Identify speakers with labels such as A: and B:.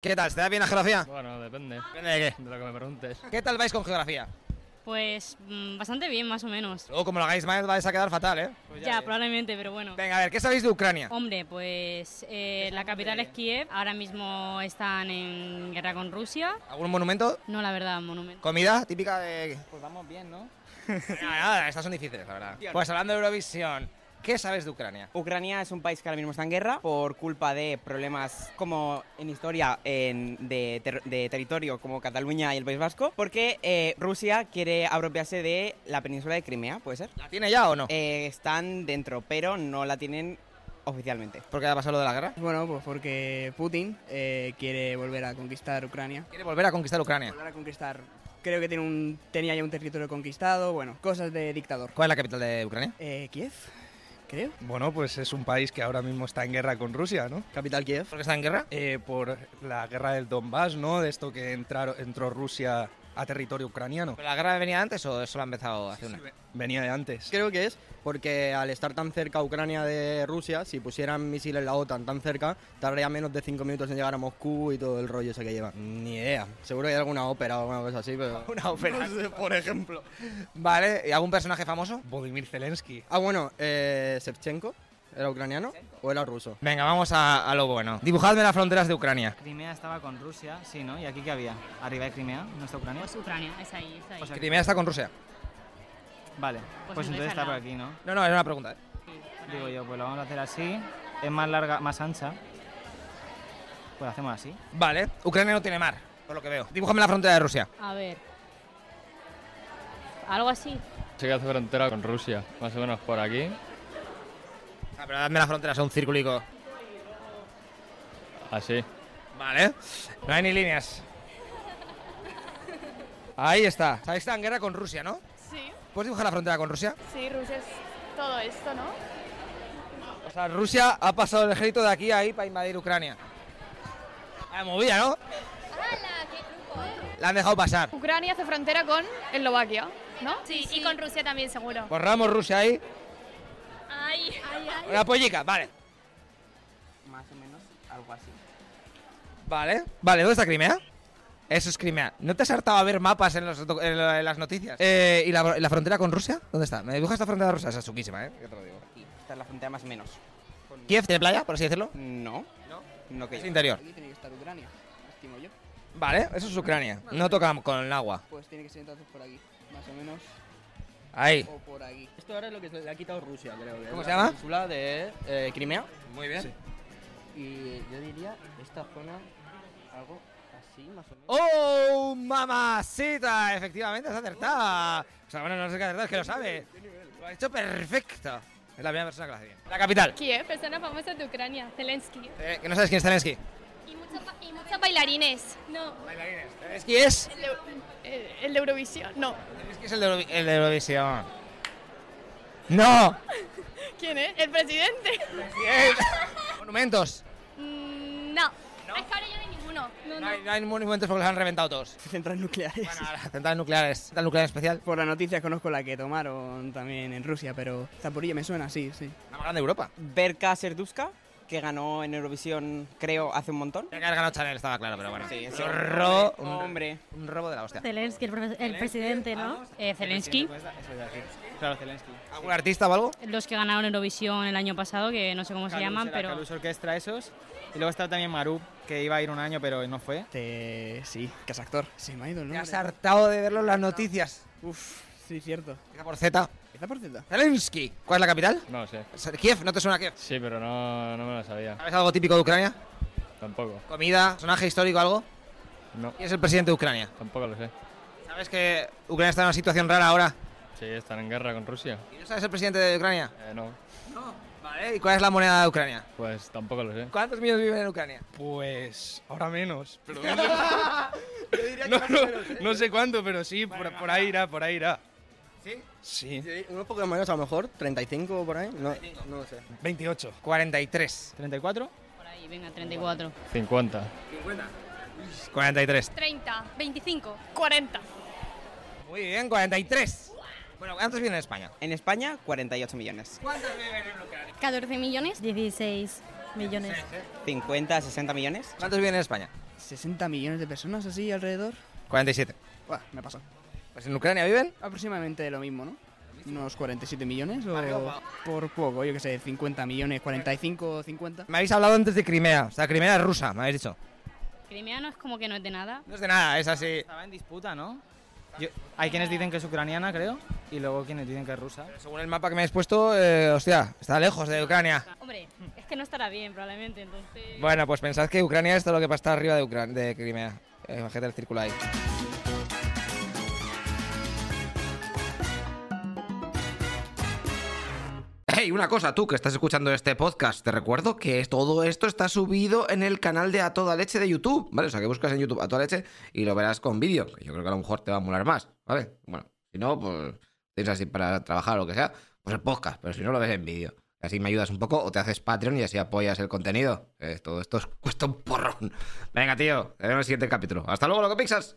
A: ¿Qué tal? ¿Te da bien la geografía?
B: Bueno, depende.
A: Depende de qué.
B: De lo que me preguntes.
A: ¿Qué tal vais con geografía?
C: Pues mm, bastante bien, más o menos.
A: Luego, como lo hagáis mal, vais a quedar fatal, ¿eh?
D: Pues
C: ya, probablemente, pero bueno.
A: Venga, a ver, ¿qué sabéis de Ucrania?
C: Hombre, pues eh, la capital es Kiev. Ahora mismo están en guerra con Rusia.
A: ¿Algún monumento?
C: No, la verdad, monumento.
A: ¿Comida típica de...?
E: Pues vamos bien, ¿no?
A: Nada, nada, estas son difíciles, la verdad. Pues hablando de Eurovisión, ¿qué sabes de Ucrania?
E: Ucrania es un país que ahora mismo está en guerra por culpa de problemas como en historia en- de, ter- de territorio como Cataluña y el País Vasco, porque eh, Rusia quiere apropiarse de la península de Crimea, ¿puede ser?
A: ¿La tiene ya o no?
E: Eh, están dentro, pero no la tienen oficialmente.
A: ¿Por qué ha pasado lo de la guerra?
F: Bueno, pues porque Putin eh, quiere volver a conquistar Ucrania.
A: Quiere volver a conquistar Ucrania.
F: Volver a conquistar. Creo que tiene un, tenía ya un territorio conquistado. Bueno, cosas de dictador.
A: ¿Cuál es la capital de Ucrania?
F: Eh, Kiev, creo.
G: Bueno, pues es un país que ahora mismo está en guerra con Rusia, ¿no?
F: Capital Kiev.
A: ¿Por qué está en guerra?
G: Eh, por la guerra del Donbass, ¿no? De esto que entraron, entró Rusia a territorio ucraniano.
A: ¿Pero la guerra venía antes o eso lo ha empezado hace una?
G: Venía de antes.
H: Creo que es porque al estar tan cerca Ucrania de Rusia, si pusieran misiles la OTAN tan cerca, tardaría menos de 5 minutos en llegar a Moscú y todo el rollo ese que llevan. Ni idea. Seguro que hay alguna ópera o alguna cosa así, pero...
A: Una ópera. por ejemplo. Vale, ¿y algún personaje famoso?
G: Volodymyr Zelensky.
H: Ah, bueno, eh, Shevchenko, ¿era ucraniano o era ruso?
A: Venga, vamos a, a lo bueno. Dibujadme las fronteras de Ucrania.
D: Crimea estaba con Rusia, sí, ¿no? ¿Y aquí qué había? Arriba de Crimea, ¿no está Ucrania?
C: Pues Ucrania, es ahí, es ahí.
D: O sea que-
A: Crimea está con Rusia.
D: Vale,
C: Pues
D: pues,
C: no
D: entonces
C: es
D: está
C: al
D: por
C: lado.
D: aquí, ¿no?
A: No, no, era una pregunta. ¿eh?
D: Digo yo, pues lo vamos a hacer así. Es más larga, más ancha. Pues lo hacemos así.
A: Vale, Ucrania no tiene mar, por lo que veo. Dibújame la frontera de Rusia.
C: A ver. Algo así.
B: Sí que hace frontera con Rusia, más o menos por aquí.
A: Ah, pero dame la frontera, es un circulico.
B: Así.
A: Vale. No hay ni líneas. Ahí está. Sabéis que está en guerra con Rusia, ¿no?
I: Sí,
A: ¿Puedes dibujar la frontera con Rusia?
I: sí, Rusia es todo esto, ¿no?
A: O sea, Rusia ha pasado el ejército de aquí a ahí para invadir Ucrania. La movida, ¿no? La han dejado pasar.
I: Ucrania hace frontera con Eslovaquia, ¿no?
J: Sí, y con Rusia también seguro.
A: Borramos Rusia ahí.
J: Ay, ay, ay.
A: Una pollica, vale.
E: Más o menos algo así.
A: Vale. Vale, ¿dónde está Crimea? Eso es Crimea. ¿No te has hartado a ver mapas en, los doc- en lo- en las noticias? Eh, ¿y, la, y la frontera con Rusia? ¿Dónde está? ¿Me dibujas esta frontera rusa? Esa es chunguísima, ¿eh? Ya te lo digo.
E: Aquí, esta es la frontera más o menos.
A: ¿Kiev tiene playa, por así decirlo?
E: No.
A: No.
E: No que
A: Es
E: yo.
A: interior.
F: Aquí tiene que estar Ucrania, estimo yo.
A: Vale, eso es Ucrania. No toca con el agua.
F: Pues tiene que ser entonces por aquí, más o menos,
A: Ahí.
F: o por aquí.
H: Esto ahora es lo que se le ha quitado Rusia, creo.
A: ¿Cómo se llama?
H: La península de eh, Crimea.
A: Muy bien.
H: Y yo diría esta zona, algo así más o menos.
A: ¡Oh, mamacita! Efectivamente, está acertada. O sea, bueno, no sé qué acertar, es que lo sabe. Lo ha hecho perfecto. Es la primera persona que lo hace bien. La capital.
J: Kiev, persona famosa de Ucrania, Zelensky.
A: Eh, que no sabes quién es Zelensky.
J: Y muchos, ba- y muchos bailarines. No.
A: Zelensky es.
I: El de, el- eh, el de Eurovisión, no.
A: Zelensky es el de, Eurovi- el de Eurovisión. ¡No!
I: ¿Quién es? ¿El presidente?
A: Bien. Monumentos.
J: Mm, no. Es que ahora ya no hay ninguno. No,
A: No
J: no.
A: hay, no hay monumentos porque los han reventado todos.
F: Centrales nucleares.
A: Bueno, ahora, centrales nucleares. Central nuclear especial.
F: Por las noticias conozco la que tomaron también en Rusia, pero Zaporilla me suena, sí, sí.
A: La más grande de Europa.
E: Berka Serduska, que ganó en Eurovisión, creo, hace un montón.
A: Tenía que haber ganado Chanel, estaba claro, pero bueno.
E: Sí,
A: Un
E: sí.
F: Oh,
A: ro- un-
E: Hombre.
A: un robo de la hostia.
C: Zelensky, el, profe- el presidente, ¿no? Eh, Zelensky.
D: Pues da- eso de aquí. Claro, Zelensky.
A: ¿Algún artista o algo?
C: Los que ganaron Eurovisión el año pasado, que no sé cómo se
D: Kalus,
C: llaman,
D: pues, era
C: pero...
D: Kalus Orquestra, esos. Y luego está también Maru, que iba a ir un año, pero no fue.
F: Este, sí, que es actor. Se me ha ido el
A: Te has
F: nombre.
A: hartado de verlo en las noticias.
F: Uf, sí, cierto.
A: Empieza por Z.
F: ¿Está por cierto?
A: Zelensky. ¿Cuál es la capital?
B: No sé.
A: Kiev, ¿no te suena Kiev?
B: Sí, pero no, no me lo sabía.
A: ¿Sabes algo típico de Ucrania?
B: Tampoco.
A: ¿Comida? ¿Personaje histórico? ¿Algo?
B: No,
A: ¿Quién es el presidente de Ucrania?
B: tampoco lo sé.
A: ¿Sabes que Ucrania está en una situación rara ahora?
B: Sí, están en guerra con Rusia.
A: ¿Y no sabes el presidente de Ucrania?
B: Eh, no,
A: Vale, ¿y cuál es la moneda de Ucrania?
B: pues tampoco lo sé.
A: ¿Cuántos millones viven en Ucrania?
G: Pues ahora menos. Pero no, no, no sé cuánto, pero sí, por, por ahí irá, por ahí irá.
A: ¿Sí?
G: Sí.
H: Sí, unos pocos menos a lo mejor, 35 por ahí, no, no lo sé.
G: 28.
A: 43.
D: ¿34?
C: Por ahí, venga, 34.
B: 50.
A: 43.
J: 30, 25.
I: 40.
A: Muy bien, 43. Bueno, ¿cuántos viven en España?
E: En España, 48 millones.
C: 14 millones. 16 millones.
E: 50, 60 millones.
A: ¿Cuántos viven en España?
F: ¿60 millones de personas así alrededor?
A: 47.
F: Buah, me pasó.
A: Pues en Ucrania viven.
F: Aproximadamente lo mismo, ¿no? Unos 47 millones o por poco, yo que sé, 50 millones, 45, 50.
A: Me habéis hablado antes de Crimea. O sea, Crimea es rusa, me habéis dicho.
C: Crimea no es como que no es de nada.
A: No es de nada, es así.
D: Estaba en disputa, ¿no? Yo- hay quienes dicen que es ucraniana, creo, y luego quienes dicen que es rusa.
A: Según el mapa que me habéis puesto, eh, hostia, está lejos de Ucrania.
C: Hombre, es que no estará bien probablemente, entonces...
A: Bueno, pues pensad que Ucrania es todo lo que está arriba de, Ucran- de Crimea. Eh, Imagínate el círculo ahí. Hey, una cosa, tú que estás escuchando este podcast, te recuerdo que todo esto está subido en el canal de A Toda Leche de YouTube, ¿vale? O sea, que buscas en YouTube A Toda Leche y lo verás con vídeo, que yo creo que a lo mejor te va a molar más, ¿vale? Bueno, si no, pues tienes así para trabajar o lo que sea, pues el podcast, pero si no lo ves en vídeo. Así me ayudas un poco o te haces Patreon y así apoyas el contenido. Eh, todo esto os cuesta un porrón. Venga, tío, te veo en el siguiente capítulo. Hasta luego, loco Pixas.